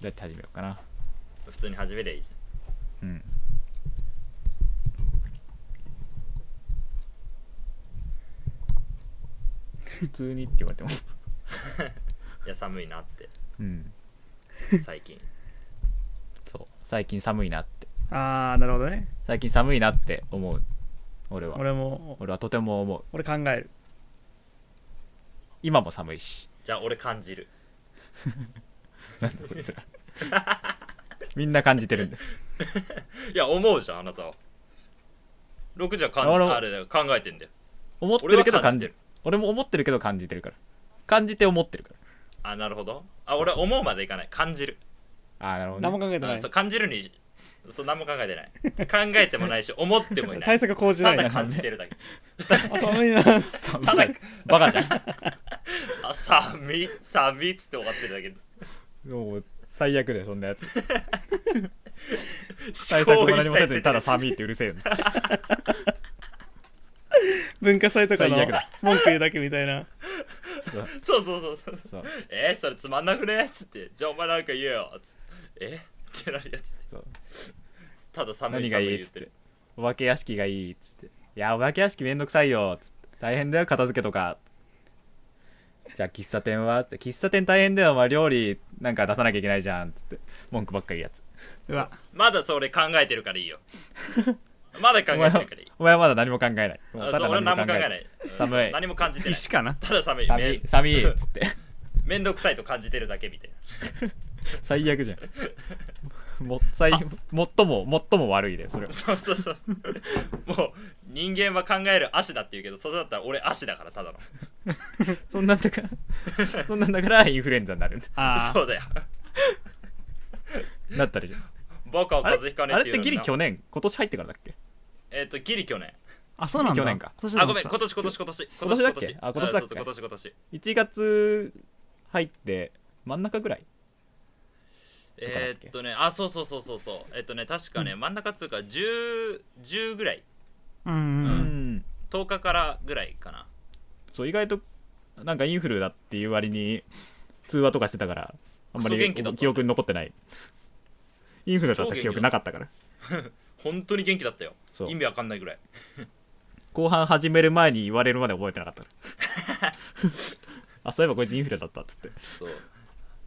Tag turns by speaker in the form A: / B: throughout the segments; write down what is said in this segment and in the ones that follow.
A: どうやって始めようかな
B: 普通に始めりゃいいじ
A: うん普通にって言われても
B: ゃんいや寒いなって
A: うん
B: 最近
A: そう最近寒いなって
C: ああなるほどね
A: 最近寒いなって思う俺は俺
C: 俺も
A: はとても思う
C: 俺考える
A: 今も寒い し
B: じゃあ俺感じる
A: なんだこいつらみんな感じてるんだ
B: いや思うじゃんあなたは6時は感じ
A: あら
B: あれだよ考えてんだよ
A: 思って
B: 俺
A: る
B: は
A: けど
B: 感
A: 感
B: じ
A: じる
B: てる
A: 俺も思ってるけど感じてるから感じて思ってるか
B: あなるほどあ俺は思うまでいかない感じる
A: らああなるほど、
C: 何
A: ね、
C: も考えてな
B: あ
C: い
B: そう感じるにそう何も考えてない考えてもないし思ってもいない
C: 対策講じな
B: た
C: い
B: だ
C: あ
B: 感じてるだけ
C: 寒いなっつって
B: ただ
A: バカじゃん
B: あ寒い寒いっつって終わってるだけ
A: もう最悪だよそんなやつ対策
B: 対
A: も何もせ ずにただ寒いってうるせえよね
C: 文化祭とかの
A: 最悪だ
C: 文句言うだけみたいな
A: そう
B: そうそうそうそう
A: そう
B: えー、それつまんなくねっつってじゃあお前なんか言えよえってなるやつ
A: そう
B: ただ寒い
A: 何がいいっ
B: 寒
A: つっ
B: 言
A: てお化け屋敷がいいっつっていやお化け屋敷めんどくさいよっつって大変だよ片付けとかじゃあ喫茶店はっつって喫茶店大変だよ、まあ、料理なんか出さなきゃいけないじゃんっつって文句ばっかり言うやつ
C: う わ
B: まだそれ考えてるからい いよまだ考
A: お
B: え
A: 前
B: て
A: は
B: るからいい
A: お前はまだ何も考えないも
B: あ
A: う
B: そう俺は何も考え
A: な
B: ないい
A: 寒い
B: うん何も感じてない
C: 石かな
B: ただ寒い
A: 寒
B: めん
A: い寒いっつって
B: めんどくさいと感じてるだけみたいな
A: 最悪じゃんも最最も最も悪いでそれは
B: そうそ うそうもう人間は考える足だって言うけどそれだったら俺足だからただの
A: そんなんだからそんなんだからインフルエンザになるんだ
C: あ
B: そうだよ
A: なったでしょ
B: バカは
A: あ
B: 風
A: れ
B: 邪ひかねえ
A: あれ
B: って
A: っ
B: 言
A: て
B: うの
A: ギ
B: に
A: リ
B: な
A: 去年今年入ってからだっけ
B: えっ、とギリ去年
C: あそうなんだ
A: 去年か
C: そしたら
B: あごめん今年今年今年今年
A: 今年だっけあ今年だっけ
B: うんそうそう今年今年
A: 1月入って真ん中ぐらいかだっけ
B: えーっとねあそうそうそうそうそうえっとね確かね、真ん中っつうか1010ぐらい
C: うんうん
A: う
C: うん
A: ん
B: 10日からぐらいかな
A: そう意外となんかインフルだっていう割に通話とかしてたからあんま
B: クソ元気だっ
A: り
B: た
A: 記憶に残ってないインフルだった記憶なかったから
B: 本当に元気だったよ
A: そう
B: 意味わかんないぐらい
A: 後半始める前に言われるまで覚えてなかったから あそういえばこいつインフルだったっつって
B: そう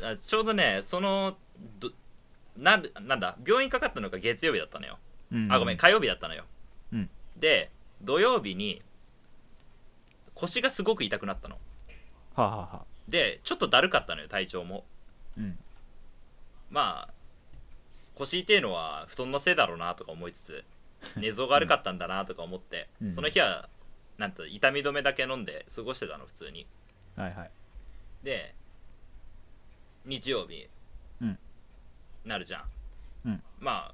B: あちょうどねそのどなんでなんだ病院かかったのが月曜日だったのよあごめん火曜日だったのよ、
A: うん
B: で土曜日に腰がすごく痛くなったの
A: はあ、はあはあ
B: でちょっとだるかったのよ体調も
A: うん、
B: まあ腰痛いのは布団のせいだろうなとか思い つつ寝相が悪かったんだなとか思って、
A: うん
B: その日はなんと痛み止めだけ飲んで過ごしてたの普通に
A: はいはい
B: で日曜日、
A: うん
B: なるじゃん、
A: うん
B: まあ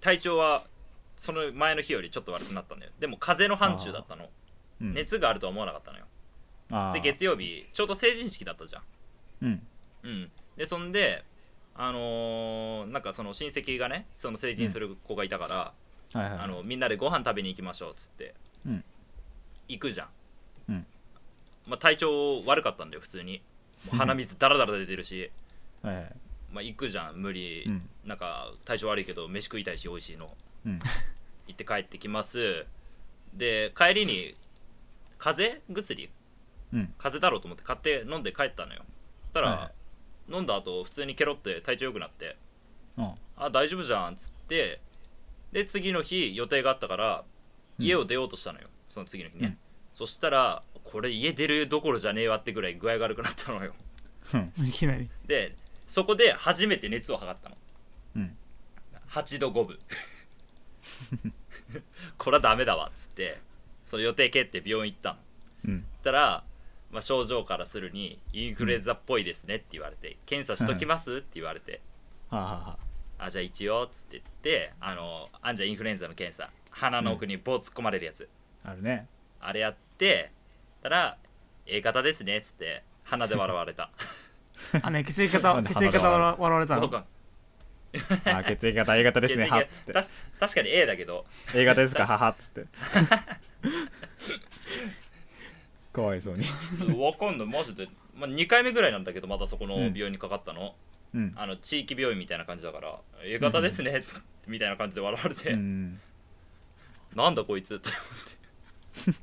B: 体調はその前の日よりちょっと悪くなったんだよでも風邪の範疇だったの、
A: うん
B: 熱があるとは思わなかったのよ
A: あ
B: で
A: ー
B: 月曜日ちょうど成人式だったじゃん
A: うん
B: うん、でそんであのーなんかその親戚がねその成人する子がいたから、
A: はいはい
B: あのみんなでご飯食べに行きましょうっつって、
A: うん
B: 行くじゃん、
A: うん
B: まあ、体調悪かったんだよ普通にもう鼻水ダラダラ出てるし、
A: はいはい
B: まあ、行くじゃん無理、
A: うん
B: なんか体調悪いけど飯食いたいし美味しいの
A: うん
B: 行って帰ってきますで帰りに風邪薬
A: うん
B: 風邪だろうと思って買って飲んで帰ったのよそしたら、
A: はいは
B: 飲んだ後普通にケロって体調良くなって
A: うん
B: あ大丈夫じゃんっつってで次の日予定があったから家を出ようとしたのよ、その次の日ね、
A: うん
B: そしたらこれ家出るどころじゃねえわってぐらい具合が悪くなったのよ
C: いきなり
B: でそこで初めて熱を測ったの、
A: うん
B: 8度5分 これはダメだわっつってその予定決定病院行ったの
A: うん
B: 行ったら、まあ、症状からするにインフルエンザっぽいですねって言われて、検査しときます、って言われて
A: はあはあはあ
B: あじゃあ一応っつって言ってあのあんじゃんインフルエンザの検査鼻の奥に棒突っ込まれるやつ、
A: ある ね
B: あれやってたら A 型ですねっつって鼻で笑わ れた
C: あね血液
A: な
C: 型
A: んで
C: 血液型笑われた
B: 僕
C: の
B: は
A: あ血液型 A 型ですね
B: 血液
A: はっ
B: が
A: つって
B: たし確かに A だけど
A: A 型ですかははっつって かわいそうに
B: わかんないマジで、まあ、2回目ぐらいなんだけどまたそこの病院にかかったの、
A: うん
B: あの地域病院みたいな感じだから「浴衣ですね」みたいな感じで笑われて「
A: うん
B: なんだこいつ」って思 って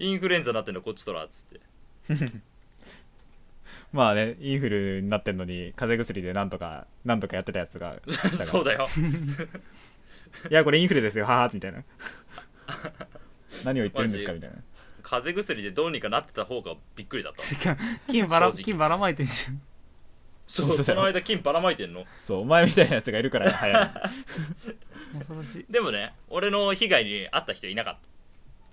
B: 「インフルエンザになってんのこっちとら」っつって
A: まあねインフルになってんのに風邪薬でなんとかなんとかやってたやつが
B: そうだよ
A: いやこれインフルですよははみたい な何を言ってるんですか
B: マ
A: み
B: ジ
A: たいな
B: 風邪薬でどうにかなってた方がびっくり だった
C: てか金ばら
B: 正直
C: 金ばらまいてんじゃん
B: そ
A: 本当
B: う
A: だ
B: そ
A: よ
B: の間金ばらまいてんの
A: そうお前みたいなやつがいるから早い
C: 恐ろしい
B: でもね俺の被害に遭った人いなかっ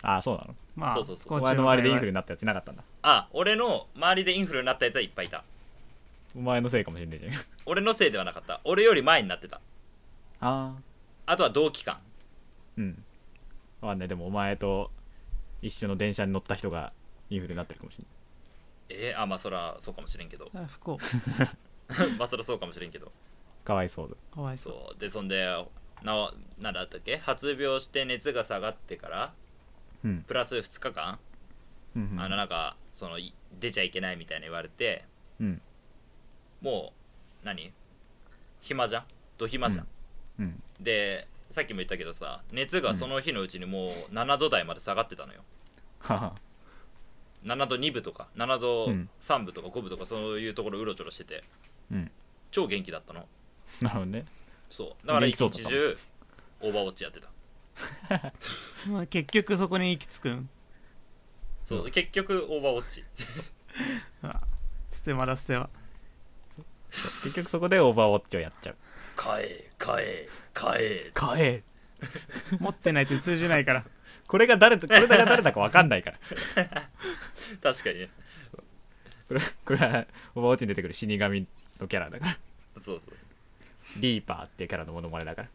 A: ああそうなの
C: まあ
B: そうそうそ
A: お
B: う
C: こっ
A: 前
C: ち
A: の周りでインフル
C: ル
A: になったやついなかったんだ
B: たあ俺の周りでインフルになったやつはいっぱいいた
A: お前のせいかもしれないじゃん
B: 俺のせいではなかった俺より前になってた
A: ああ
B: あとは同期間
A: うんわかんないでもお前と一緒の電車に乗った人がインフルになってるかもしれ
B: えー、あまあそらそうかもしれんけど
C: あ不幸
B: まあそらそうかもしれんけど
A: ないかわいそうだ
C: かわいそう
B: そうでそんでななんだったっけ発病して熱が下がってから
A: うん
B: プラス2日間、
A: うんうん
B: あのなんかそのい出ちゃいけないみたいな言われて
A: うん
B: もう何暇じゃんど暇じゃん、
A: うん
B: でさっきも言ったけどさ熱がその日のうちにもう7度台まで下がってたのよ
A: はは
B: 7度2分とか7度
A: うん
B: 3分とか5分とかそういうところうろちょろしてて、
A: うん
B: 超元気だったの
A: なるほどね
B: そうだから一
A: 元気そう
B: 日
A: だった
B: 中オーバーウォッチやってた
C: まあ結局そこに行き着くん
B: そう、
A: う
B: 結局オーバーウォッチ
C: 捨てまだ捨ては
A: 結局そこでオーバーウォッチをやっちゃう
B: 買え買え買え
A: かえ
C: 持ってないと通じないから
A: これが誰だこれが誰だかわかんないから
B: 確かにね
A: これこれはオーバーウォッチに出てくる死神のキャラだから
B: そうそう
A: リーパーっていうキャラのモノマネだから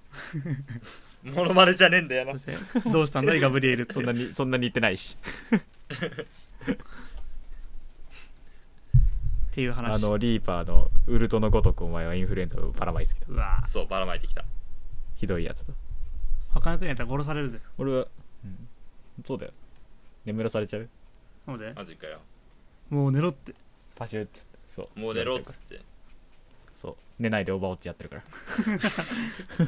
B: モノマネじゃねえんだよな
C: そしてどうしたんだいガブリエルって
A: そんなにそんなに言ってないし
C: っていう話
A: あのリーパーのウルトのごとくお前はインフルエンザをばらまいてきた
C: うわ
B: そうばらまいてきた
A: ひどいやつだ
C: 儚くんやったら殺されるぜ
A: 俺は、うん、そうだよ眠らされちゃう
C: なので
B: マジかよ
C: もう寝ろって
A: パシュッつってそう
B: もう寝ろっ
A: やちゃう
B: つ
A: か
B: って
A: らそう寝ないでオーバーウォッチやってるから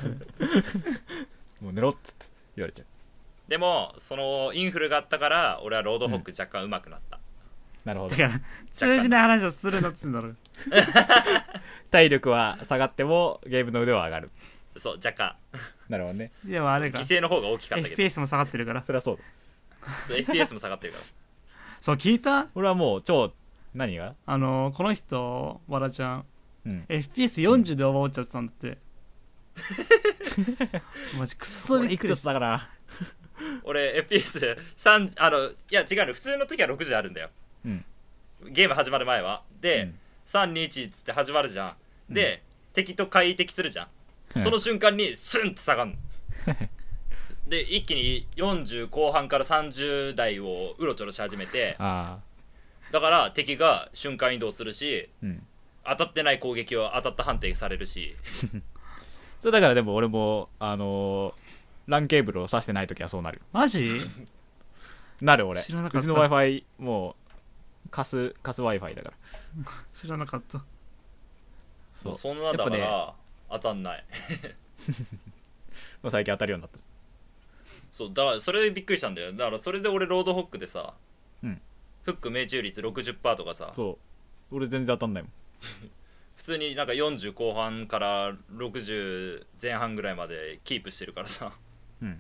A: もう寝ろっつって言われちゃう
B: でもそのインフルがあったから俺はロードホック若干上手くなった、
A: なるほど
C: だ から通じない話をするなっつうんだろう
A: 体力は下がってもゲームの腕は上がる
B: そう若干
A: なるほどね
C: でもあれか
B: 犠牲の方が大きかったけど
C: FPS も下がってるから
A: それはそうだ
B: そう FPS も下がってるから
C: そう聞いた
A: 俺はもう超何が
C: あのこの人わらちゃん
A: うん
C: FPS40 でオーバーウォッチやってたんだって マジくっそび
A: い
C: っく
A: く
C: り
A: つ
C: し
A: だから
B: 俺 FPS 3あのいや違うの普通の時は60あるんだよ、
A: うん
B: ゲーム始まる前はで、
A: うん
B: 321っつって始まるじゃんで、敵と快敵するじゃん、
A: うん
B: その瞬間にスンって下 がんので一気に40後半から30代をうろちょろし始めて
A: ああ
B: だから敵が瞬間移動するし
A: うん
B: 当たってない攻撃は当たった判定されるし
A: それだからでも俺もあのー、ランケーブルを挿してない時はそうなる
C: マジ
A: なる俺
C: 知らなかった
A: うちの w i f i もうカスカス w i f i だから
C: 知らなかった
B: そ
A: そうう
B: そんなだから、
A: やっ
B: 当たんない
A: もう最近当たるようになった
B: そうだからそれでびっくりしたんだよだからそれで俺ロードホックでさ、
A: うん
B: フック命中率60%とかさ
A: そう俺全然当たんないもん
B: 普通になんか40後半から60前半ぐらいまでキープしてるからさ
A: うん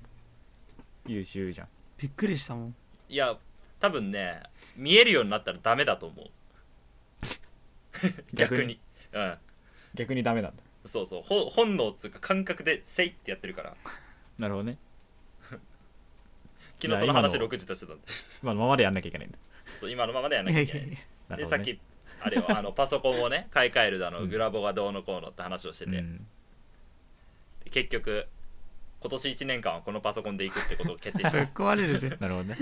A: 優秀じゃん
C: びっくりしたもん
B: いや多分ね見えるようになったらダメだと思う逆にうん
A: 逆にダメなんだ
B: そうそうほ本能っつうか感覚でせいってやってるから
A: なるほどね
B: 昨日そ
A: いや
B: の
A: 今の
B: 話6時出してたんで
A: 今のままでやんなきゃいけないんだ
B: そう今のままでやら
C: い
B: なき
C: や
B: ゃ
C: い
B: いけ
C: や
B: ない
C: いや
A: な
B: で
A: るほ
B: さ
A: ど、
B: っ
A: ね、
B: きあれよあのパソコンを ね買い替えるだの
A: うん
B: グラボがどうのこうのって話をしてて、
A: うん
B: 結局今年1年間はこのパソコンで行くってことを決定し
C: ぶった壊れるぜ
A: なるほどね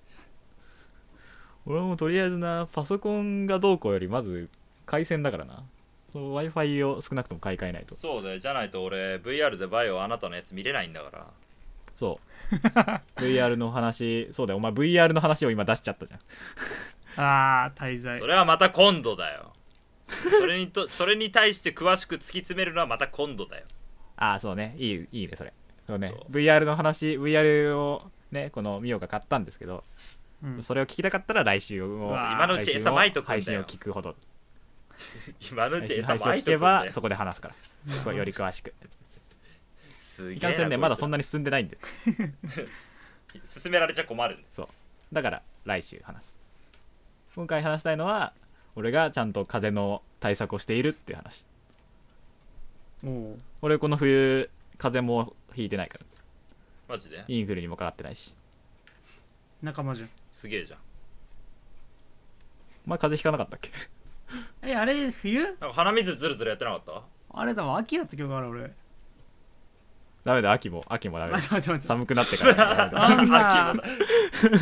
A: 俺もとりあえずなパソコンがどうこうよりまず回線だからなその w i f i を少なくとも買い替えないと
B: そうだよじゃないと俺 VR でバイオあなたのやつ見れないんだから
A: そう VR の話そうだよお前 VR の話を今出しちゃったじゃん
C: ああ滞在
B: それはまた今度だよそれにと それに対して詳しく突き詰めるのはまた今度だよ
A: ああそうねいいいいねそれそうね
B: そ
A: VR の話 VR をねこのミオが買ったんですけど、
C: うん
A: それを聞きたかったら来週
C: う
A: を
C: わ
B: 今のうち餌まいとくんだよ
A: 配信を聞くほど
B: 今のう
A: 配
B: ち
A: 信配
B: 餌
A: 信を
B: まい
A: 聞け
B: とくんだ
A: ば
B: よ
A: そこで話すからすごいより詳しく
B: す
A: い
B: げ
A: か
B: え
A: んせんねまだそん
B: な
A: なに進んでないんで
B: こいつ勧められちゃ困る
A: そうだから来週話す今回話したいのは俺がちゃんと風邪の対策をしているっていう話
C: おう
A: 俺この冬風邪もひいてないから
B: マジで
A: インフルにもかかってないし
C: 仲間じゃん
B: すげえじゃん
A: お前風邪ひかなかったっけ
C: えあれ冬
B: なんか鼻水ずるずるやってなかった
C: あれだわ秋だった記憶ある俺
A: ダメだ秋も秋もダメだ
C: 待って待って待って
A: 寒くなってからダメだ
C: あんな
B: 秋の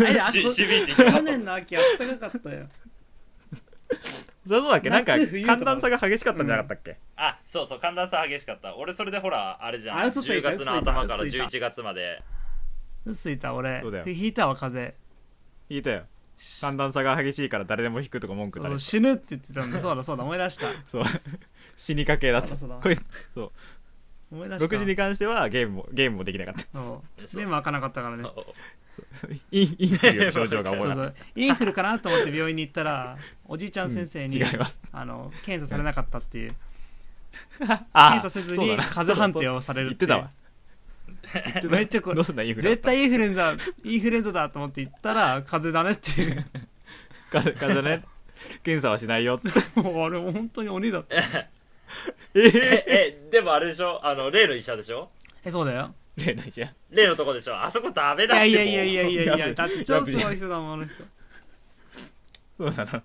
C: あれだあ
B: しシビーチ行
C: 去
B: った
C: 年の秋あったかかったよ
A: それそうだっけなんか
C: 夏冬とか
A: 寒暖差が激しかったんじゃなかったっけ、
B: あそうそう寒暖差激しかった俺それでほらあれじゃん
C: あ嘘つい
B: 10
C: た
B: 月の頭から
C: 嘘ついた
B: 11月まで
C: 薄いた俺
A: そうだよ
C: ひ引いたわ風
A: 引いたよ寒暖差が激しいから誰でも引くとか文句
C: 邪
A: だ
C: そ
A: ね
C: う死ぬって言ってたんだそうだそうだ思い出した
A: そう 死にかけだった
C: そうだそうだ
A: こいつそう
C: 思い出した
A: 6時に関してはゲームもゲームもできなかった
C: そう
B: そう
C: 目も開かなかったからね
A: インインフルの症状が
C: そ
A: 重
C: う
A: い
C: そうインフルかなと思って病院に行ったらおじいちゃん先生に、
A: うん違います
C: あの検査されなかったっていう
A: あ
C: 検査せずに風邪判定をされる
A: 言っ
C: ってい
A: て
C: う
A: たわ
C: めっちゃこ
A: どうすんだインフル
C: 絶対インフルエンザインフルエンザだと思って行ったら風邪だねっていう
A: 風風邪 ね検査はしないよって
C: もうあれ本当に鬼だった
B: ええでもあれでしょあの例の医者でしょ
C: えそうだよ
A: 例の医者
B: 例のとこでしょあそこダメ
C: い
B: だっ
C: や
B: て
C: い
B: い
C: やいやいやいやい
A: や
C: や
A: べ
C: だって超すごい人だもんあの人
A: そうなの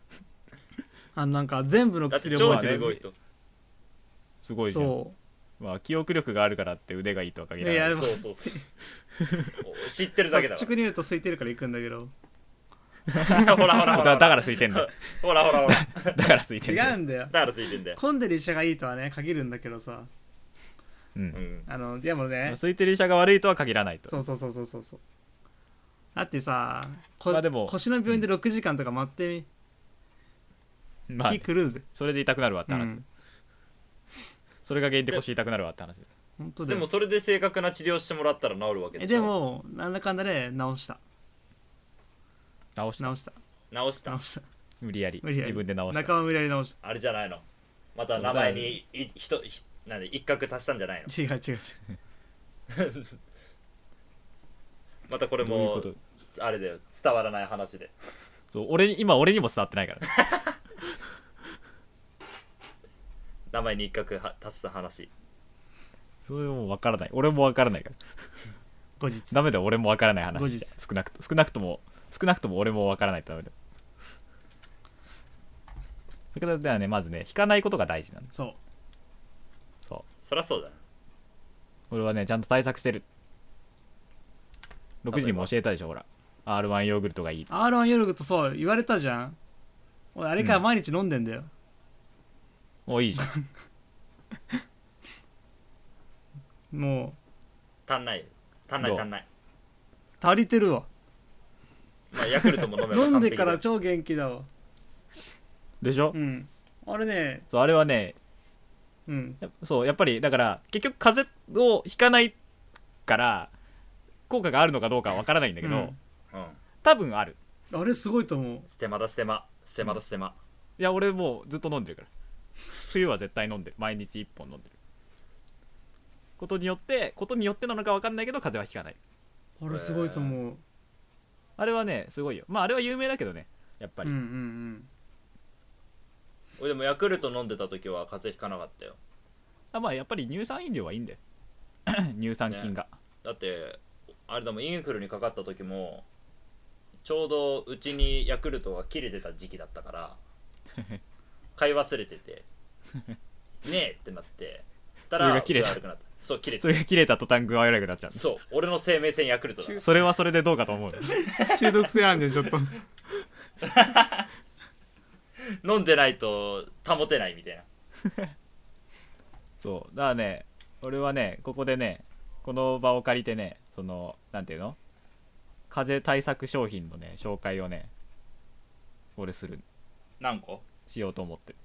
C: あのなんか全部の
B: だって
C: 薬を
B: 超
C: 覚えて
B: すごい
C: る
B: 人
A: すごいじゃん
C: そ
A: まあ記憶力があるからって腕がいいとは限らない
C: いやいや
B: そうそうそうお知ってる
C: う
B: だけだ
C: 率
B: か
C: 直に言うと空いてるから行くんだ けど
B: らほらほらほ
A: だ
B: ら
A: だから空いてんだ
B: ほらほらほらだ
A: だから空いて
C: 違
A: んだ
C: うんだよ
B: からついてんだよ
C: 混んでる医者がいいとはね限るんだけどさ
A: うん
B: うん
C: あのでも
A: まあ
C: ね
A: 空いてる医者が悪いとは限らないと
C: そうそうそうそうそうそうだってさ、こ
A: まあでも
C: 腰の病院で6時間とか待ってみ、
A: まあね
C: 気狂うぜ、
A: それで痛くなるわって
C: う
A: 話、
C: ん、
A: それが原因で腰痛くなるわって話
C: 本当だ
B: で
C: よ
B: もそれで正確な治療してもらったら治るわけ
C: え
B: でしょ
C: でもなんだかんだで治した
A: 直した
C: 治した
B: 治した
C: 治した
A: 無理やり
C: 無理やり
A: 自分で直した
C: 仲間無理やり直し
B: あれじゃないのまた名前にいひとひなんで一角足したんじゃないの
C: た違う違う違う
B: またこれ
A: どういうこと
B: もあれだよ伝わらない話で
A: そう俺に今俺にも伝わってないからね
B: 名前に一角は足した話
A: それもう分からない俺も分からないから
C: 後日
A: ダメだよ俺も分からない話
C: 後日
A: 少なくと少なくとも少なくとも俺も分からないとダメだよそれからではねまずね引かないことが大事なの
C: そう
A: そ
B: そりゃそうだ
A: う俺はねちゃんと対策してる6時にも教えたでしょほら R1 ヨーグルトがいい
C: R1 ヨルグとそう言われたじゃん俺あれから毎日飲んでんだよ、
A: おいいじ ゃん
C: も
B: 足んない足んない
A: どう
B: 足んない、
C: う足りてるわ
B: まあ、ヤクルトも飲めば
C: 飲ん
B: 完
C: で
B: 璧
C: か
B: だよ
C: ら超元気だわ
A: でしょ、
C: うんあれね
A: そうあれはね
C: うん
A: やっぱそうやっぱりだから結局風邪をひかないから効果があるのかどうかは分からないんだけど、
C: うん
B: うん
A: 多分ある
C: あれすごいと思う
B: ステマだステマステマだステマ、
A: いや俺もうずっと飲んでるから冬は絶対飲んでる毎日1本飲んでることによってことによってなのか分かんないけど風邪はひかない
C: あれすごいと思う、
A: あれはねすごいよまああれは有名だけどねやっぱ
C: うん
A: り、
C: うんうん
B: 俺でもヤクルト飲んでた時は風邪ひかなかったよ
A: あまあやっぱり乳酸飲料はいいんだよ 乳酸菌が、
B: だってあれだもんインフルにかかった時もちょうどうちにヤクルトが切れてた時期だったから 買い忘れててねえってなってたら
A: それが切れた
B: 具合悪くなったそう切れ
A: そ
B: て
A: れが切れた途端具合悪くなっちゃう
B: そう俺の生命線ヤクルトだ
A: それはそれでどうかと思うよ
C: 中毒性あんじゃんちょっ と
B: 飲んでないと保てないみたいな
A: そうだからね俺はねここでねこの場を借りてねそのなんていうの風邪対策商品のね紹介をね俺する
B: 何個
A: しようと思ってる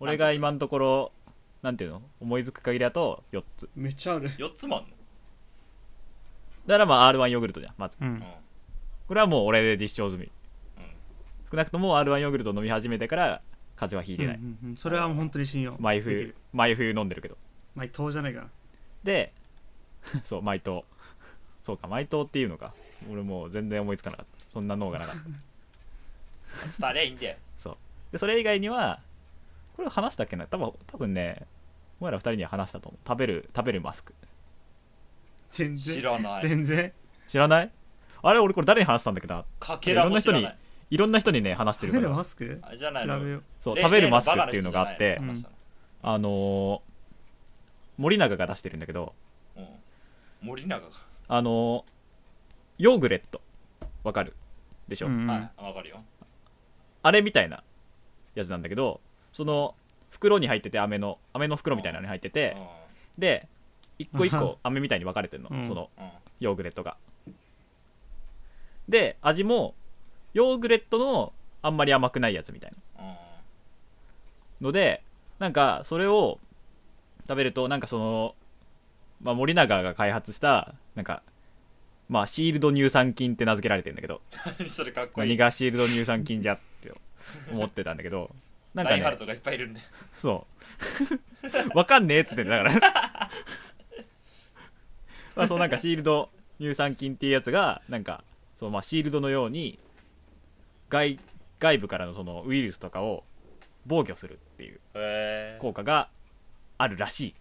A: 俺が今のところなんていうの思いつく限りだと4つ
C: めっちゃある
B: ?4 つもあんの
A: だからまあ R1 ヨーグルトじゃんまず
C: うん
A: これはもう俺で実証済み
B: うんうん
A: 少なくとも R1 ヨーグルト飲み始めてから風邪はひいてない、
C: うんうんうんそれはもう本当に信用
A: 毎
C: でき
A: 冬
C: る
A: 毎冬飲んでるけど
C: 毎冬じゃないかな
A: で そう毎冬そうか毎冬っていうのか俺もう全然思いつかなかったそんな脳がなかった
B: 伝わりゃいいんだよ
A: そうでそれ以外にはこれ話したっけな多分多分ねお前ら二人には話したと思う食べる食べるマスク
C: 全
B: 知
C: 然
B: らない
C: 全然
A: 知らないあれ俺これ誰に話したんだっけな
B: かけらも知らない
A: いろんな人にね話して
C: 食
A: るか
C: べる
A: ら
C: マスク
B: あじゃない
C: 調
B: の
C: べよう
A: そう
B: 例
A: 食べる
B: 例
A: マスクっていうのがあって
B: バカな人じゃ
A: あのー森永が出してるんだけど
B: ないうん森永が
A: あのーヨーグレットわかるでしょ、
C: うんうん
B: はいわかるよ
A: あれみたいなやつなんだけどその袋に入ってて飴の飴の袋みたいなのに入っててで一個一個飴みたいに分かれてるの、
C: うん
A: その
B: うんうん
A: ヨーグレットがで味もヨーグレットのあんまり甘くないやつみたいな
B: う
A: のでなんかそれを食べるとなんかその、まあ、森永が開発したなんかまあシールド乳酸菌って名付けられてるんだけど
B: ん それかっこいい
A: 何がシールド乳酸菌じゃって思ってたんだけどなんか
B: ラインハル
A: ね
B: トがいっぱいいるんだよ
A: そう わかんねえっつってんだから まあそうなんかシールド乳酸菌っていうやつがなんかそうまあシールドのように外外部からのそのウイルスとかを防御するっていう
B: へえ
A: 効果があるらし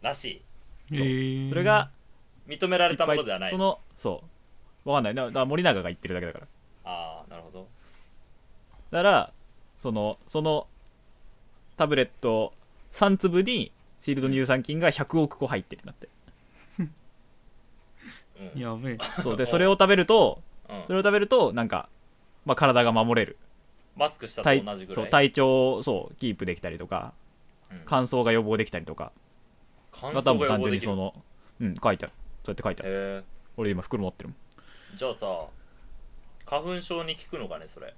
B: らし
A: い
C: へー
A: そうそれが
B: い認めら
A: い
B: れ
A: っぱ
B: た
A: い
B: ものではない
A: そのそうわかんないだだから森永が言ってるだけだから
B: ああなるほど
A: だからそのそのタブレット3粒にシールド乳酸菌が100億個入ってるんだって
B: うん
C: やべえ
A: そうで
B: お
A: それを食べると
B: うん
A: それを食べるとなんか、まあ、体が守れる
B: マスクした
A: 体
B: と同じぐ
A: そ
B: ら
A: う
B: い
A: 体調をそうキープできたりとか
B: うん
A: 乾燥が予防できたりとか
B: 乾
A: また
B: 燥
A: も
B: が
A: 単
B: 予
A: 純
B: 防で
A: に
B: きる
A: そのうん書いてあるそうやって書いてある
B: へ
A: 俺今袋持ってるもん
B: えじゃあさ花粉症に効くのかねそれ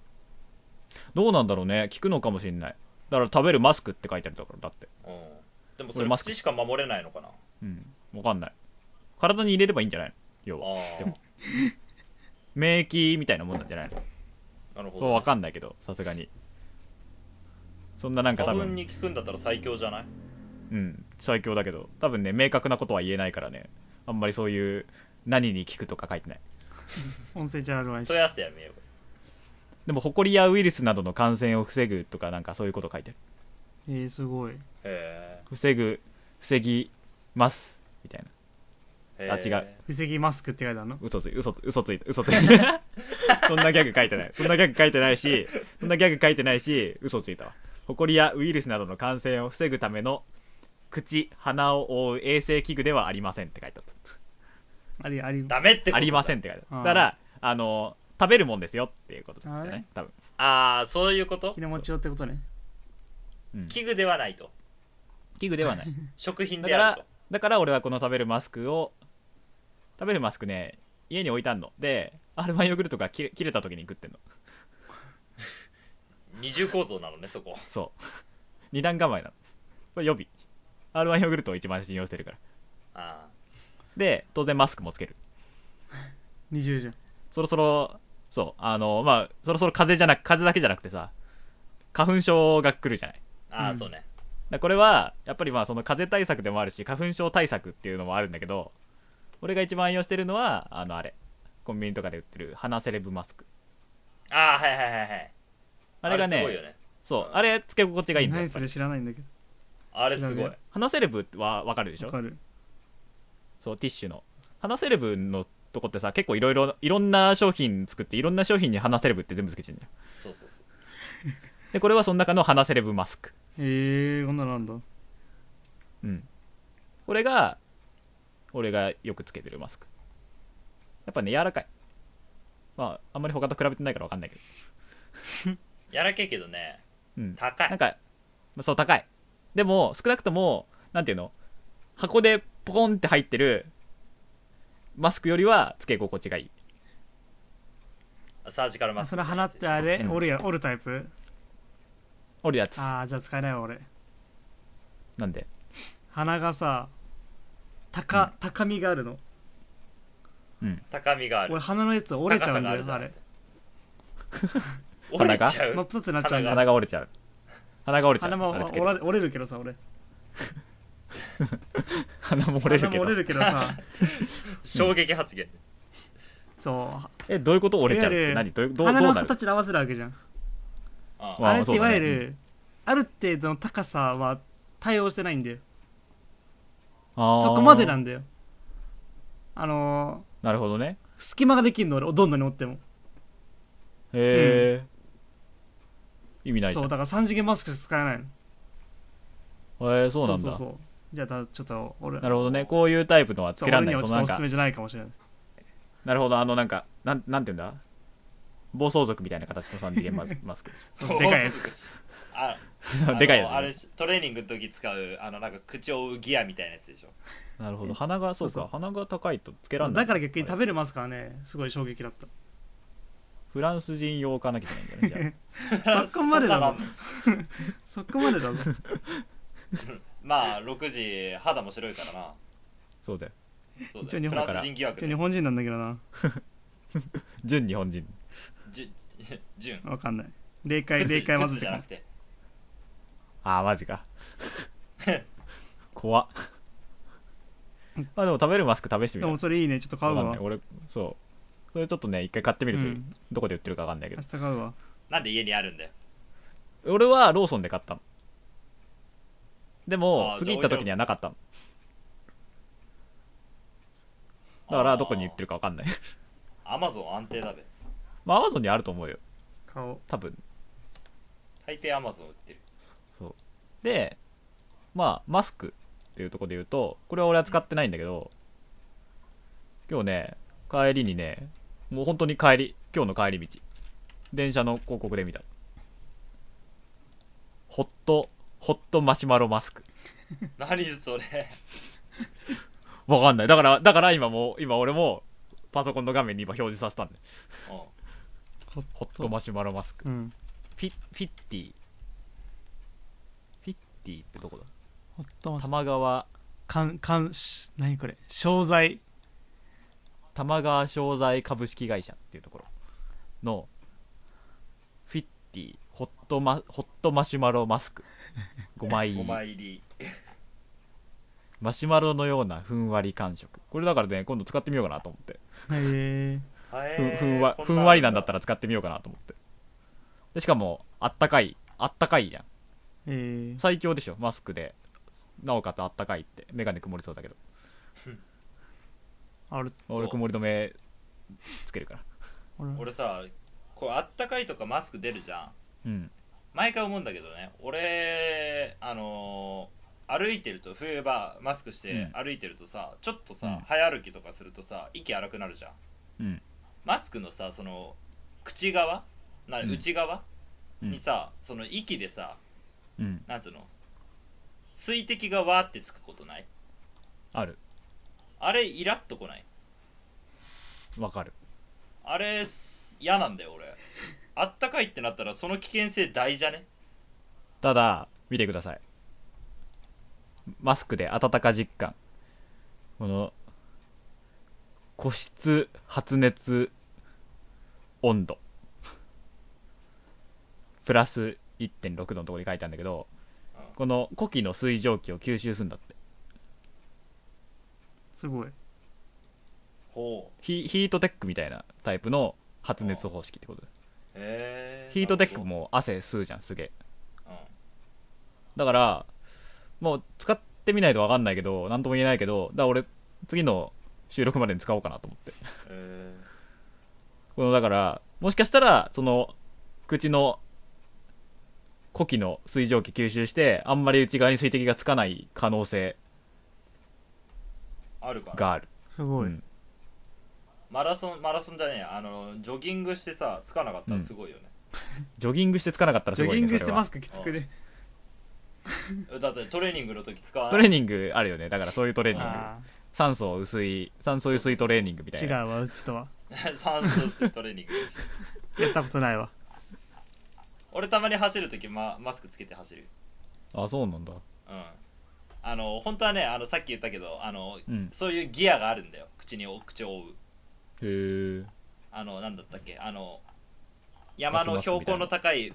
A: どうなんだろうね聞くのかもしんないだから食べるマスクって書いてあるだからだって
B: うんでもそ
A: 俺
B: れ
A: マスク
B: 口しか守れないのかな
A: うんわかんない体に入れればいいんじゃないの要は
B: あ
A: でも免疫みたいなもんなんじゃないの
B: あなるほ
A: そ
B: ど
A: う
B: ね、
A: わかんないけどさすがにそんななんか多
B: 花粉
A: 分
B: に効くんだったら最強じゃない
A: うん最強だけど多分ね明確なことは言えないからねあんまりそういう何に効くとか書いてない
C: 音声チャンネルは
B: それ汗やめよ
A: でもホコリやウイルスなどの感染を防ぐとかなんかそういうこと書いてある
C: えー、すごい
B: へ
A: 防ぐ防ぎますみたいな
B: え
A: あ違う
C: 防ぎマスクって書いてあるの
A: 嘘つい嘘つ嘘つい嘘つい たそんなギャグ書いてないそんなギャグ書いてないしそんなギャグ書いてないし嘘ついたわホコリやウイルスなどの感染を防ぐための口鼻を覆う衛生器具ではありませんって書いてあっ
C: ありあり
B: ダメっ
A: た
B: てことだ
A: ありませんって書いてあ
C: あ
A: っ
C: ー
A: ただからあの食べるもんですよっていうことじゃ
C: あ
A: な
C: れ
A: い多分
B: ああそういうこと
C: 気の持ちようってことね
A: うん
B: 器具ではないと
A: 器具ではない
B: 食品
A: だ
B: で
A: か
B: あ
A: ら
B: る
A: だから俺はこの食べるマスクを食べるマスクね家に置いてあんので R1 ヨーグルトが切れ切れた時に食ってんの
B: と二重構造なのねそこ
A: そう。 二段構えなの。これ予備。R1 ヨーグルトを一番信用してるから。
B: あ
A: で、当然マスクもつける。
C: 20じゃん
A: そろそろ、そう、あの、まあ、そろそろ風邪じゃなく、風邪だけじゃなくてさ、花粉症が来るじゃない。だか
B: ーあー、
C: うん
B: そうね
A: らこれは、やっぱりまあ、その風邪対策でもあるし、花粉症対策っていうのもあるんだけど、俺が一番愛用してるのは、あの、あれ。コンビニとかで売ってる鼻セレブマスク。
B: ああはいはいはいはい
A: あれが
B: す
A: ね、
B: ごいよね
A: そう、あれ、つけ心地がいいんだよ。
C: 何
A: やっぱ
C: そ
A: り
C: れ知らないんだけ
B: あれすごい
C: 知
A: 鼻セレブはわかるでし
C: ど
A: ょ
C: わかる
A: そうティッシュの花セレブのとこってさ結構いろいろいろんな商品作っていろんな商品に花セレブって全部つけてんじゃん
B: そうそうそう
A: でこれはその中の花セレブマスク
C: えー、こんなのあんだ
A: うんこれが俺がよくつけてるマスクやっぱね柔らかいまああんまり他と比べてないから分かんないけど
B: やらけえけどね
A: うん
B: 高
A: なん
B: い
A: かそう高いでも少なくともなんていうの箱でポコンって入ってるマスクよりはつけ心地がいい
B: サージカルマ
C: あ
B: スク
C: その花ってあれ、
A: うん
C: 折るや折るタイプ
A: おるやつ
C: ああじゃあ使えないわ俺
A: なんで
C: 鼻がさ高,、高みがあるの
B: 高みがある
C: 俺鼻のやつ折れちゃうんだ
B: 高
C: よ
B: さが
C: あ
B: あるじゃん
C: れ
A: 鼻
B: 折
A: が
B: れちゃ
C: 真
B: う
C: っ二つになっちゃうんだよ
A: 鼻が折れちゃう鼻が折れちゃう
C: 鼻も
A: あれつけ
C: 折
A: る
C: ら折れるけどさ俺
A: 鼻も折れるけ
C: 鼻も
A: ど
C: 折れるけど さ
B: 衝撃発言
C: そう
A: えどういうこと折れちゃうっ
C: いわゆ
A: て
C: る
A: 何どうどうどう
C: 鼻の
A: なる
C: 形で合わせるわけじゃん
B: あ
A: わ
B: あ
A: あ
C: あれっていわゆ
A: そうだね
C: る、ある程度の高さは対応してないんだよそこまでなんんだよあの
A: なるほどね
C: ー隙間ができるの俺どんなに折っても
A: へえ、意味ないじ
C: そ
A: ゃ
C: うんだから3次元マスクしか使えないの
A: えー、そうなんだ
C: そうそうそうじゃあだちょっと俺
A: なるほどねこういうタイプのはつ
C: そ
A: け
C: う
A: られ
C: 俺
A: な
C: に
A: い
C: はち
A: そ
C: ょっ
A: のなん
C: とおす
A: か
C: すめじゃないかもしれない
A: なるほどあのなんかなんなんて言うんだ暴走族みたいな形の三次元マスマスクでし
C: そうでかいやつ
B: あ
A: ょでかい
B: あの
A: や
B: あれトレーニングの時使うあのなんか口を覆うギアみたいなやつでしょ
A: つなるほど鼻がそうか
C: そうそう
A: 鼻が高いとつけらんない
C: だから逆に食べるマスクはねすごい衝撃だった
A: フランス人用かなきゃいけないんだね
C: そこまでだ
B: な
C: ぞそこまでだぞ
B: まあ6時肌も白いからな
A: じゃあそうだよ
B: そうだよ
C: 一応日
B: フラ
C: 本
A: から
B: ンス人疑惑
C: 一応
B: で
C: 日本人なんだけどな
A: 純日本人
B: じゅ じゅん
C: わかんない霊界霊界混ぜ
B: じ
C: て
B: ゃ
C: か
B: な
C: ら
B: くて
A: ああマジ か怖っまあでも食べるマスク試してみ
C: で
A: よう
C: もそれいいねちょっと買う
A: わかん
C: わ
A: ない俺そうそれちょっとね一回買ってみるといい、
C: うん
A: どこで売ってるかわかんないけ
C: 明
A: ど
C: 日買うわ
B: なんで家にあるんだよ
A: 俺はローソンで買ったので
B: あ
A: も
B: ー
A: 次行った時にはなかったのだからどこに売ってるかわかんない
B: アマゾン安定だべ
A: まあアマゾンにあると思うよ
C: 買おう
A: 多分
B: 大抵アマゾン売ってる
A: でまあマスクっていうところで言うとこれは俺は使ってないんだけど今日ね帰りにねもう本当に帰り今日の帰り道電車の広告で見たホットホットマシュマロマスク
B: 何それ
A: わかんないだからだから今もう今俺もパソコンの画面に今表示させたんで
B: うん
A: ホットマシュマロマスク
C: うん
A: フィフィッティフィッティってどこだ
C: ほっとま
A: 玉川
C: かんかんし何これ 商材
A: 玉川商材株式会社っていうところのフィッティホットマホットマシュマロマスク5枚 入
B: 5
A: り
B: 枚入り
A: マシュマロのようなふんわり感触これだからね今度使ってみようかなと思って
C: へえ
B: へ
A: ふん
B: ー
A: ふんわ
B: こ
A: ふんわりなんだっ
B: あ
A: たら使ってみようかなと思ってでしかもあったかいあったかいやん
C: え
A: 最強でしょマスクでなおかつあったかいって眼鏡曇りそうだけど
C: あれ
B: う
A: 俺曇り止めつけるから
C: 俺
B: 俺さこれあったかいとかマスク出るじゃ
A: う
B: ん
A: ん
B: 毎回思うんだけどね俺あのー歩いてると冬場マスクして歩いてるとさ、ちょっとさ、
A: うん
B: 早歩きとかするとさ息荒くなるじゃ
A: う
B: ん
A: ん
B: マスクのさその口側な
A: うん
B: 内側、
A: うん
B: にさその息でさ
A: うん
B: なんつうの水滴がわーってつくことない
A: ある
B: あれイラっとこない
A: わかる
B: あれす嫌なんだよ俺あったかいってなったらその危険性大じゃね
A: ただ見てくださいマスクで温か実感この個室発熱温度プラス1.6度のところに書いてあるんだけど
B: うん
A: この呼気の水蒸気を吸収するんだって
C: すごい
B: ほう
A: ヒヒートテックみたいなタイプの発熱方式ってことだ
B: へえ
A: ヒートテック、も汗吸うじゃんすげえ
B: なるほ
A: だからもう使ってみないと分かんないけど何とも言えないけどだから俺次の収録までに使おうかなと思って
B: どうんへ
A: このだからもしかしたらその口の呼気の水蒸気吸収してあんまり内側に水滴がつかない可能性
B: ーあるかな
A: がある、
C: すごい、
A: うん
B: マラソンマラソンじゃねえやあのジョギングしてさつかなかったらすごいよね、
A: ジョギングしてつかなかったら
C: ジ
A: す
C: ョ
A: ごい
C: ギン
A: ね
C: グし
A: それ
C: て
A: は
C: マスクきつくね
B: だってトレーニングの時使わ
A: ト
B: な
A: レー
B: い
A: ニングあるよねだからそういうトレーニング
C: あ
A: 酸素薄い酸素薄いトレーニングみた
C: ー
A: い
C: 違う
A: な
C: わうちとは
B: 酸素吸いトレーニング
C: やったことないわ
B: 俺たまに走るとき、ま、マスクつけて走る
A: あそうなんだ
B: うんあの本当はねあのさっき言ったけどあの、
A: うん
B: そういうギアがあるんだよ口に口を覆う
A: へえ
B: あのなんだったっけあの山の
A: ガスマス
B: 標
A: クみた
B: 高
A: いな
B: の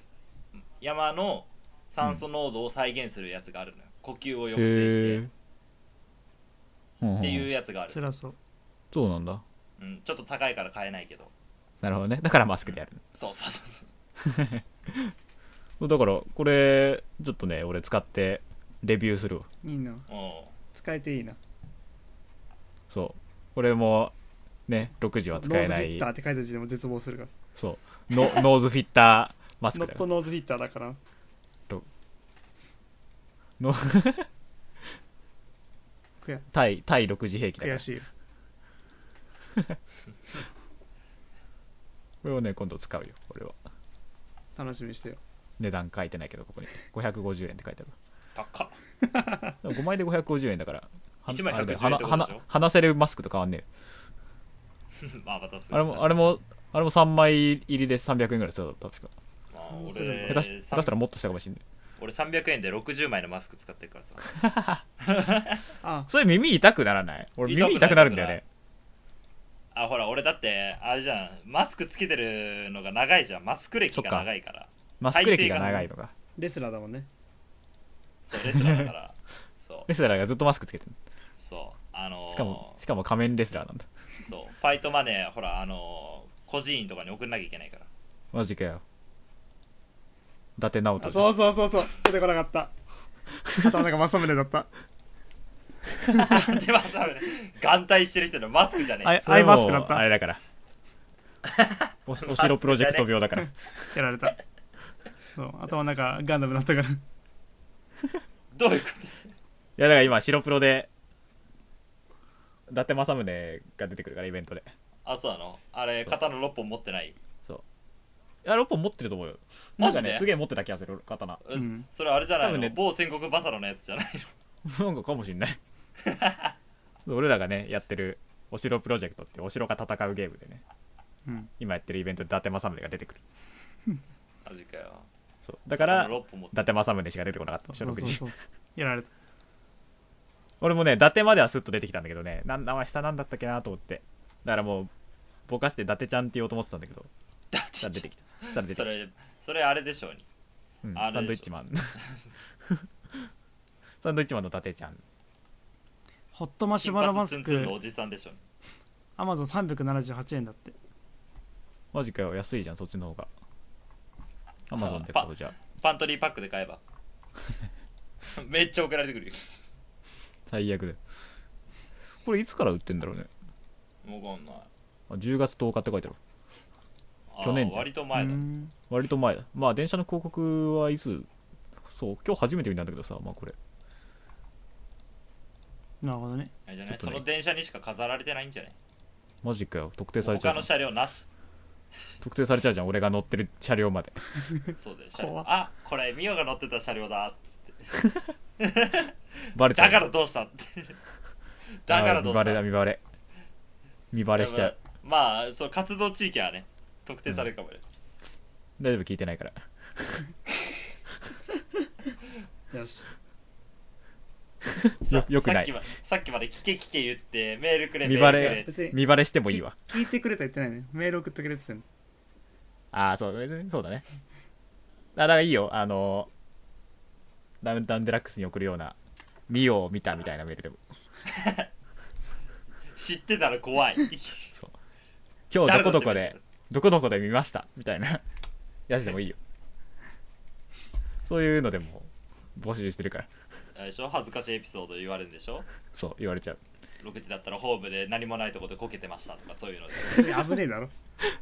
B: 高い山の酸素濃度を再現するやつがあるのよ、呼吸を抑制
A: へ
B: して
A: えうんうん
B: っていうやつがある、
C: 辛そう
A: そうなんだ
B: うん、ちょっと高いから買えないけど
A: なるほどねだからマスクでやる
B: そうそうそうそう
A: そうだからこれちょっとね俺使ってレビューするわ
C: いいな
B: おう
C: 使えていいな
A: そうこれもね6時は使えな
C: ノーズフィ
A: い
C: ッターって書いた時でも絶望するから
A: そうノノーズフィッターマス
C: ノ
A: クだ
C: ッ
A: か
C: ト
A: ら
C: ノーズフィッターだから
A: の
C: 悔
A: 対対6時兵器だか
C: 悔
A: ら
C: しいよ
A: これをね今度使うよ俺は
C: 楽しみにしてよ
A: 値段書いてないけどここに550円って書いてある
B: 高っ
A: 5枚で550円だからは
B: 一枚
A: あれだよ
B: 110円ってことでしょ
A: はな話せるマスクと変わんね
B: まあ私
A: えあれもあれもあれも3枚入りで300円ぐらいするだろ確か
B: まあ、
C: どうする
B: 俺
A: 下手し下手したらもっとしたかもしんない
B: 俺300円で60枚のマスク使ってるからさ
C: あ
A: それ耳痛くならない俺耳
B: 痛
A: 痛
B: く
A: く
B: な
A: な
B: る
A: るんだよね
B: あほら俺だってあれじゃんマスクつけてるのが長いじゃんマスク歴が長いから
A: マスク歴が長いのか
C: レスラーだもんね
B: そうレスラーだからそう
A: レスラーがずっとマスクつけてる
B: そうあのー
A: しかもしかも仮面レスラーなんだ
B: そうファイトマネーほらあのー孤児院とかに送んなきゃいけないから
A: マジかよ伊達直
C: あ
A: 人
C: そうそうそうそう出てこなかった頭の中正宗だった
B: でまあさ眼帯してる人のマスクじゃね
C: あ
B: え
C: いアイマスクだ
A: それも
C: っ
A: うあ
C: た
A: れだからおお城プロジェクト病だから
C: やられたそう頭の中ガンダムだったから
B: どういうこ
A: いやだから今白プロで伊達政宗が出てくるからイベントで
B: とあそうなのあれ
A: そう
B: 刀6本持ってない
A: いや6本持ってると思うよな
B: マ
A: ん
B: ジ
A: か
B: で
A: ねすげえ持ってた気がする刀
B: う
C: うん
B: それあれじゃない
A: 多
B: の、
A: 分ね
B: 某戦国バサロのやつじゃない
A: なんかかもしんない 俺らがねやってるお城プロジェクトってお城が戦うゲームでね
C: うん
A: 今やってるイベントで伊達政宗が出てくる
B: マジかよ
A: そうだから
B: 6本持っ
A: 伊
B: て
A: 達政宗しか出てこなかった
C: そう
A: でしょ
C: そう
A: 6
C: そう
A: 時
C: そうやられた
A: 俺もね伊達まではスッと出てきたんだけどねなん名前下なんだったっけなと思ってだからもうぼかして伊達ちゃんって言おうと思ってたんだけど
B: だ
A: したら
B: っ
A: 出
B: て
A: てきたそしたら出て
B: そ
A: きた、
B: れそれあれでしょうに
A: うん
B: あれでしょ
A: サンドイッチマン サンドイッチマンの伊達ちゃん
C: ホットマシュマロマス
B: 金髪ツンツン
C: ク
B: のおじさんでしょうに
C: アマゾン378円だって
A: マジかよ安いじゃんそっちの方がアマゾンで
B: パ
A: 買おうじゃあ
B: パントリーパックで買えば めっちゃ送られてくるよ
A: 最悪でこれいつから売ってんだろうね
B: もうこんない
A: あ10月10日って書いてある
B: あー
A: 去年じゃん
B: 割と前だ
C: う
B: ね
C: ん
A: 割と前だまあ電車の広告はいつそう今日初めて見たんだけどさまあこれ
C: なるほどね
B: あれじゃない
A: ちょっと
B: そ
A: ね
B: の電車にしか飾られてないんじゃない
A: マジかよ特定されちゃ
B: 他
A: うじ
B: の
A: ゃん
B: 車両なし
A: 特定されちゃうじゃん俺が乗ってる車両まで
B: そうだよ車両
C: 怖っ
B: あこれミオが乗ってた車両だっつって
A: バレちゃ
B: だ
A: う
B: からどうしたって だからどうした
A: あー見バレだ見バレ見バレしちゃう
B: まあそう活動地域はね特定されるかもね、
A: 大丈夫聞いてないから
C: よし
B: さ
A: よよくない
B: さっきまさっきまで聞け聞け言ってメールくれ
A: 見バ
B: メ
A: レ
B: ールくれ
C: 別に
A: 見バレしてもいいわ
C: 聞いてくれた言ってないねメール送ってくれてたの
A: ああそう別にそうだねあだからいいよあのダウンタウンデラックスに送るような見よう見たみたいなメールでも
B: 知ってたら怖い
A: 今日
B: 誰
A: どこ
B: だって
A: どこでどこどこで見ましたみたいな やつでもいいよそういうのでも募集してるから
B: あれでしょ恥ずかしいエピソード言われるんでしょ
A: そう言われちゃう
B: 6時だったらホームで何もないとこでこけてましたとかそういうので
C: それ危ねえだ ろ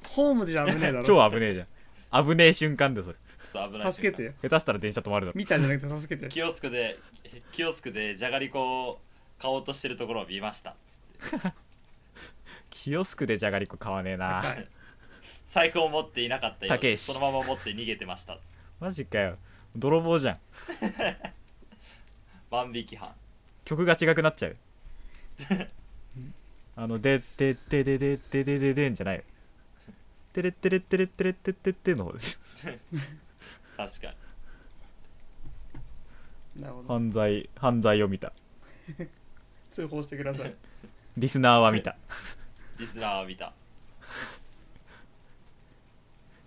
C: ホームじゃ危ねえだろ
A: 超危ねえじゃん危ねえ瞬間でそれ
B: そう危ない瞬間
C: 助けてよ
A: 下手したら電車止まるだろ
C: 見たんじゃなくて助けてよ
B: キオスクでキオスクでじゃがりこを買おうとしてるところを見ました
A: キオスクでじゃがりこ買わねえな
C: 高い
B: 財布を持っていなかった
A: たけ
B: よ
A: し
B: そのまま持って逃げてました
A: マジかよ泥棒じゃん
B: 万引き犯
A: 曲が違くなっちゃうあの、で、で、で、で、で、で、で、で、でんじゃないよ。てれってれってれってれってってっての方です。
B: 確かに
C: なるほど
A: 犯罪、犯罪を見た。
C: 通報してください
A: リスナーは見た。
B: リスナーは見た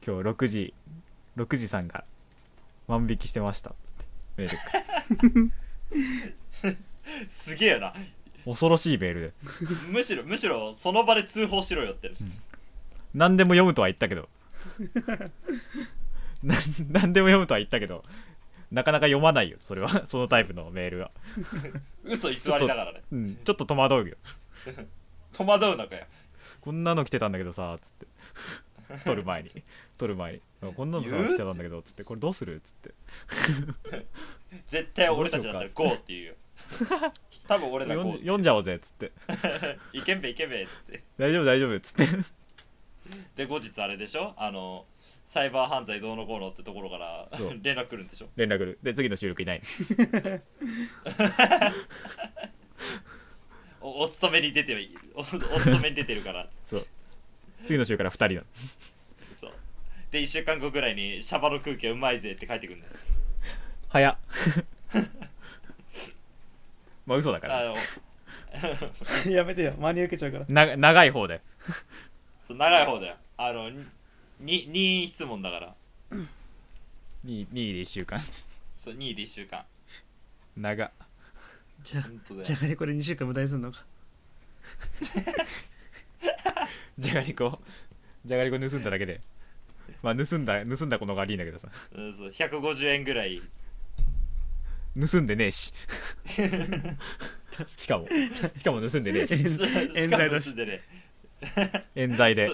A: 今日6時、6時さんが万引きしてました。つってメール。
B: すげえな
A: 恐ろしいメールで。
B: むしろむしろその場で通報しろよって
A: 何でも読むとは言ったけどな何でも読むとは言ったけどなかなか読まないよそれはそのタイプのメールは、
B: 嘘偽りながらね
A: うん、ちょっと戸惑うよ
B: 戸惑うのかよ
A: こんなの来てたんだけどさつって 撮る前に撮る前にこんなのさ
B: 言う
A: 来てたんだけどつってこれどうするつって
B: 絶対俺たちだったら GO って言うよ多分俺ら
A: 読ん
B: GO
A: 読んじゃおうぜつって
B: いけんべいけんべっつって
A: 大丈夫大丈夫つって
B: で後日あれでしょあのサイバー犯罪どうのこうのってところから
A: そう
B: 連絡来るんでしょ
A: 連絡来るで次の収録いない
B: おお勤めに出てはい おお勤めに出てるから
A: そう次の週から2人なの
B: そうで1週間後ぐらいにシャバの空気はうまいぜって帰ってくるんだよ
A: 早っ まあ嘘だから
B: あの
C: やめてよ真に受けちゃうから
A: な長い方で
B: そう長い方だよあのにに任意質問だから
A: 2位で1週間
B: そう任意で1週間
A: 長っ
C: じゃあ
B: 本当だ
C: じゃ
B: よ
C: がりこれ2週間無駄にすんのか
A: じゃがりこじゃがりこ盗んだだけでまあ盗んだ盗んだこのが悪いんだけどさ
B: うんそう150円ぐらい
A: 盗んでねえししかもしかも盗んでねえし
C: 冤冤罪だ
B: しかも盗
C: し
B: んでね
A: 冤罪で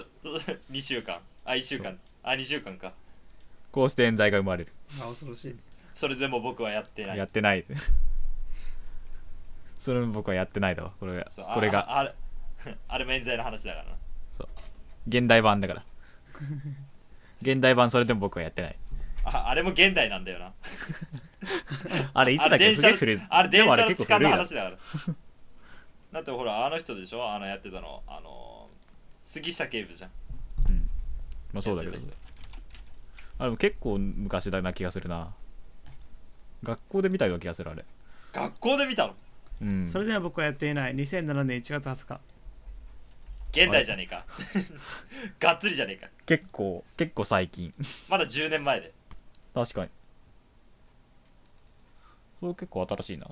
B: 2週間あ1週間あ2週間か
A: こうして冤罪が生まれる
C: あ恐ろしい
B: それでも僕はやってない
A: やってないそれも僕はやってないだわこれが
B: そうあ
A: これが
B: ああれ あれも冤罪の話だからな
A: 現代版だから現代版それでも僕はやってない
B: ああれも現代なんだよな
A: あれいつだっ
B: あれ
A: け
B: 電
A: すげえ
B: 車
A: 古い
B: あれ
A: で
B: 電
A: もあ
B: 車
A: れ
B: の
A: 結
B: 痴
A: 構
B: 漢
A: 古
B: の
A: いだろ
B: 話だから だってほらあの人でしょあのやってたのあの杉下警部じゃん
A: まあそうだけど
B: やってた
A: あれも結構昔だな気がするな学校で見たような気がするあれ
B: 学校で見たの
A: うん
C: それでは僕はやっていない2007年1月20日
B: 現代じゃねえか がっつりじゃねえか
A: 結構結構最近
B: まだ10年前で
A: 確かにそれ結構新しいな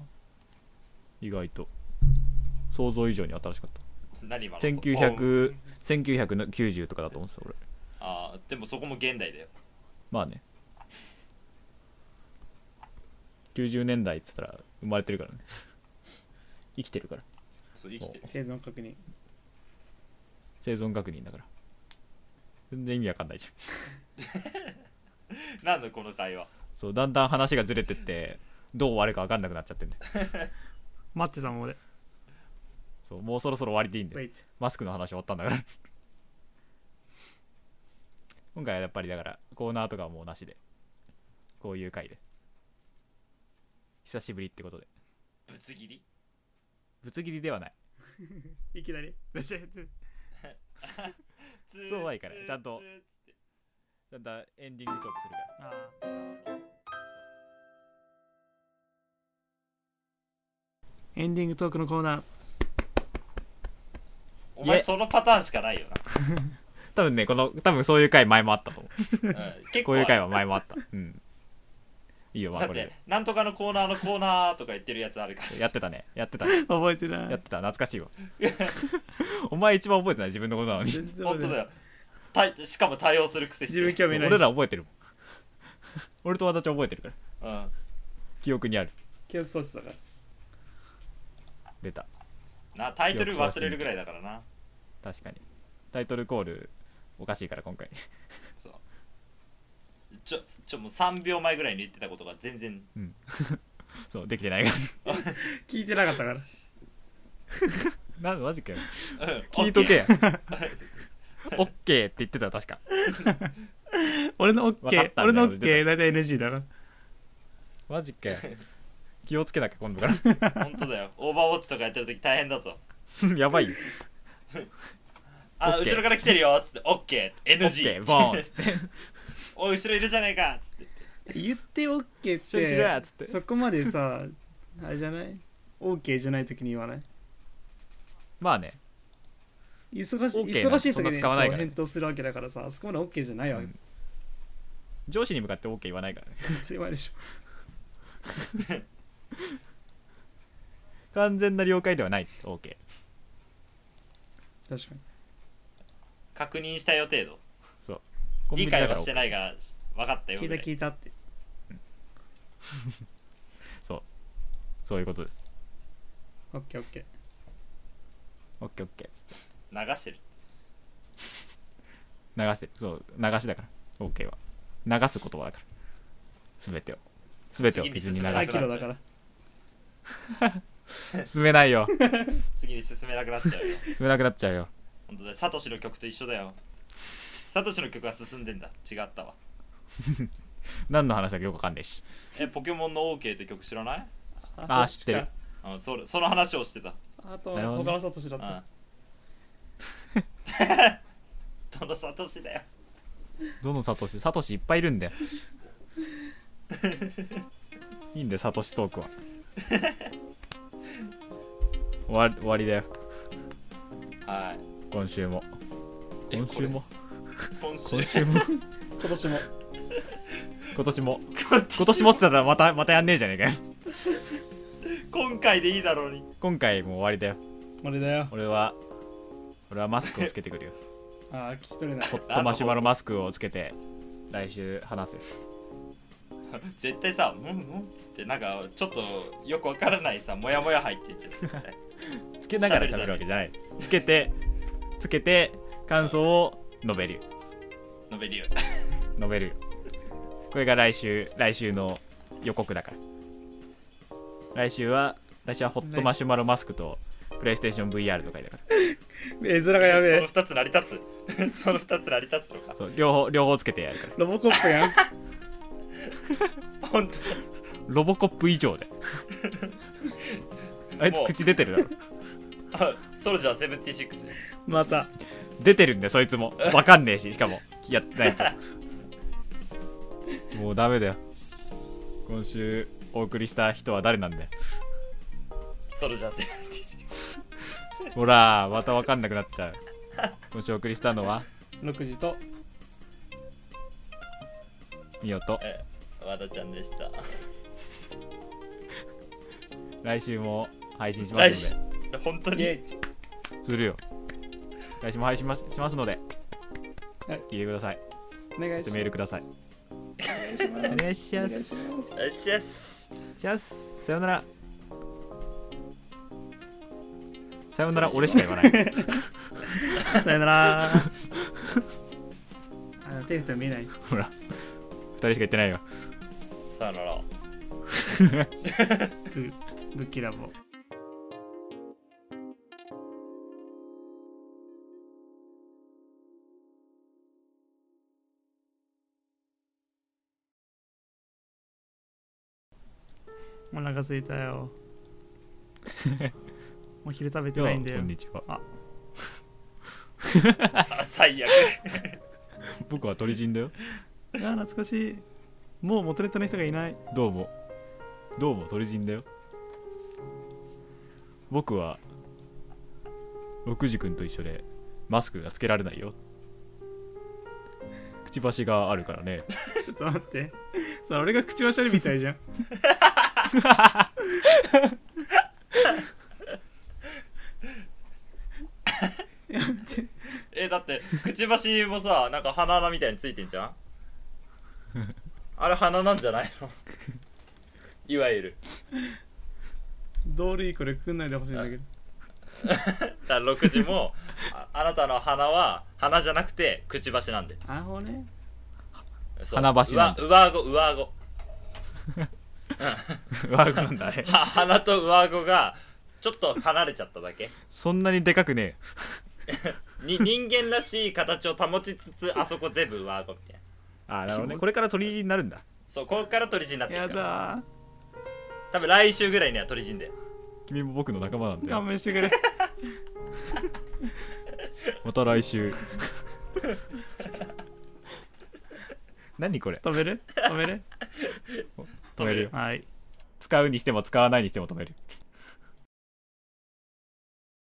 A: 意外と想像以上に新しかった
B: 何今の
A: 1900 1990とかだと思ってた俺
B: ああでもそこも現代だよ
A: まあね90年代っつったら生まれてるからね生きてるから
B: そう生きてる
C: 生存確認
A: 生存確認だから全然意味わかんないじゃん
B: なんだこの会話
A: そうだんだん話がずれてってどう終わるかわかんなくなっちゃってんだよ
C: 待ってたもん俺
A: そうもうそろそろ終わりでいいんだよ
C: Wait
A: マスクの話終わったんだから今回はやっぱりだからコーナーとかはもうなしでこういう回で久しぶりってことで
B: ぶつ切り
A: ぶつ切りではない
C: いきなりめちゃやってる
A: そうはいかないちゃんと
B: つーつ
A: だんだんエンディングトークするから
C: ああエンディングトークのコーナー
B: ーお前
A: いえ
B: そのパターンしかないよ
A: 多分ねこの多分そういう回前もあったと思う
B: な、うん、結
A: こ
B: 構
A: ういう回は前もあったうんいいよま
B: だ
A: あ
B: っ
A: これ
B: てなんとかのコーナーのコーナーとか言ってるやつあるから
A: でやってたねやってた
C: 覚えてな
A: やっ
C: い
A: てた懐か しいわお前一番覚えてない自分のことなのに
C: 全然覚
B: 本
C: えて
B: 当
C: ない
B: だよたしかも対応するくせして
C: 自分興味ない
A: 俺ら覚えてるもん俺と私覚えてるから
B: うん
A: 記憶にある
C: 記憶喪失だから
A: 出た
B: なタイトル忘れるぐらいだからな
A: 確かにタイトルコールおかしいから今回
B: そうちょちょもう3秒前ぐらいに言ってたことが全然
A: そうできてないか
C: 聞いてなかったから
A: らなんマジかよ
B: 聞
A: 聞いとけやオッケーって言ってた確か
C: 俺の
A: わかったん
C: OK
A: だよ
C: 俺の
A: 出て
C: OK 大体 NG だから
A: マジかよ気をつけなきゃ今度か
B: 本当だよオーバーウォッチとかやってるとき大変だぞ
A: らやばいよ
B: あ
A: オッケー
B: 後ろから来てるよっつって OKNG
A: ーボーンっつって
B: おい後ろいるじゃないかっつって
C: 言って OK っ
A: 処理しろや
C: て
A: っつって
C: そこまでさ あれじゃない ?OK じゃない時に言わない
A: まあね
C: 忙し
A: OK なんて
C: 忙しい
A: そん
C: 時
A: な
C: に
A: 使わないから
C: そう返答するわけだからさあそこまで OK じゃないわけ、
A: うん上司に向かって OK 言わないからね
C: 当たり前でしょ
A: 完全な了解ではない OK
C: 確かに
B: 確認したよ程度
A: コンビ
B: 理
A: ニだ
B: 解
A: か
B: は
A: ら
B: して
A: OK
B: ないが分かったよ
C: 聞
B: ぐ
C: いた
B: らい
C: 聞いたって
A: そういうことです
C: OKOK
A: OKOK
B: 流してる
A: 流してそう流しだから OK は流す言葉だから全てを全てを水に流
B: 長
C: ア
B: 次くに進め
C: キラ
B: な
C: だから
A: す進めないよ
B: 次に進めなくなっちゃうよ
A: 進めなくなっちゃうよ
B: 本当だよサトシの曲と一緒だよサトシの曲は進んでんだ違ったわ
A: 何の話だかよくわかんないし
B: えポケモンの OK って曲知らない
A: ああ
C: そ
A: 知っ
C: ち
A: て
C: か
A: る
B: うんそれその話をしてた
C: あと
A: なるほどね
C: 他のサトシだ
B: う
C: った
B: ん どのサトシだよ
A: どのサトシサトシいっぱいいるんだよいいんだよサトシトークは終わり終わりだよ
B: はい
A: 今週も
B: え
A: 今週も
B: 今週
A: 今週も
C: 今年も
A: 今年も
B: 今年
A: 今年もって言ったらまたまたやんねえじゃねえかよ
B: 今回でいいだろうに
A: 今回もう終わりだよ
C: あれだよ
A: 俺は俺はマスクをつけてくるよ
C: あー聞き取れない
A: ホットマシュマロマスクをつけて来週話すよ
B: 絶対さ「うんうん」っつってなんかちょっとよくわからないさモヤモヤ入ってんじゃん絶対
A: つけながら喋るわけじゃないつけてつけて感想を述べるよ
B: ノベリュ
A: 述べるよこれが来週来週の予告だから来週は来週はホットマシュマロマスクとプレイステーション VR の回だから
C: 絵面がやべ
B: そ
C: え
B: の2つ成り立つ その2つ成り立つのか
A: そう両方両方つけてやるから
C: ロボコップやん
B: 本当だ
A: ロボコップ以上 であいつ
B: もう
A: 口出てるだろ
B: あソルジャー76
C: また
A: 出てるんだよそいつもわかんねえししかもやってない人もうダメだよ今週お送りした人は誰なんだよ
B: ソルジャー76
A: ほらまたわかんなくなっちゃう今週お送りしたのは
C: 6時と
A: みよと
B: え和田ちゃんでした
A: 来週も配信しま
B: 来
A: す
B: 週
A: の
B: 本当
C: イ
B: に
C: エ
A: でするよ来週も配信しますしますので、
C: はい
A: 聞いてください
C: イお願
A: そ
C: い
A: し
C: してます
A: メールくださいお願いします
B: よっしゃっす
A: しますさよならさよなら俺しか言わない
C: さよならあの手振ったら見えない
A: ほら二人しか言ってないよ
B: さよなら
C: ブブッキーラボお腹すいたよお昼食べて
A: では
C: ない
A: こ
C: んだよ
A: んにちは
B: あ最悪
A: 僕は鳥人だよ
C: あー懐かしいもう元ネタの人がいない
A: どうもどうも鳥人だよ僕は六時くんと一緒でマスクがつけられないよくちばしがあるからね
C: ちょっと待ってそれ俺が口ばしゃりみたいじゃんやめて
B: えだってくちばしもさなんか鼻穴みたいについてんじゃんあれ鼻なんじゃないのいわゆる
C: 同類これくんないでほしいんだけど
B: だから6時もああなたの鼻は鼻じゃなくてくちばしなんで
C: あほね
B: そう
A: 鼻ばしなんだ
B: 上上顎上顎
A: わかんない
B: は鼻と上顎がちょっと離れちゃっただけ
A: そんなにでかくね
B: に人間らしい形を保ちつつあそこ全部上顎みたいな
A: えあなるほどねこれから鳥人になるんだ
B: そうここから鳥人になって
C: や
B: るから
C: だ
B: 多分来週ぐらいには鳥人で
A: 君も僕の仲間なん
C: ー
A: だよ
C: 勘弁してくれ
A: また来 週何これ
C: 止める止める
A: 止めるよ
C: はい
A: 使うにしても使わないにしても止める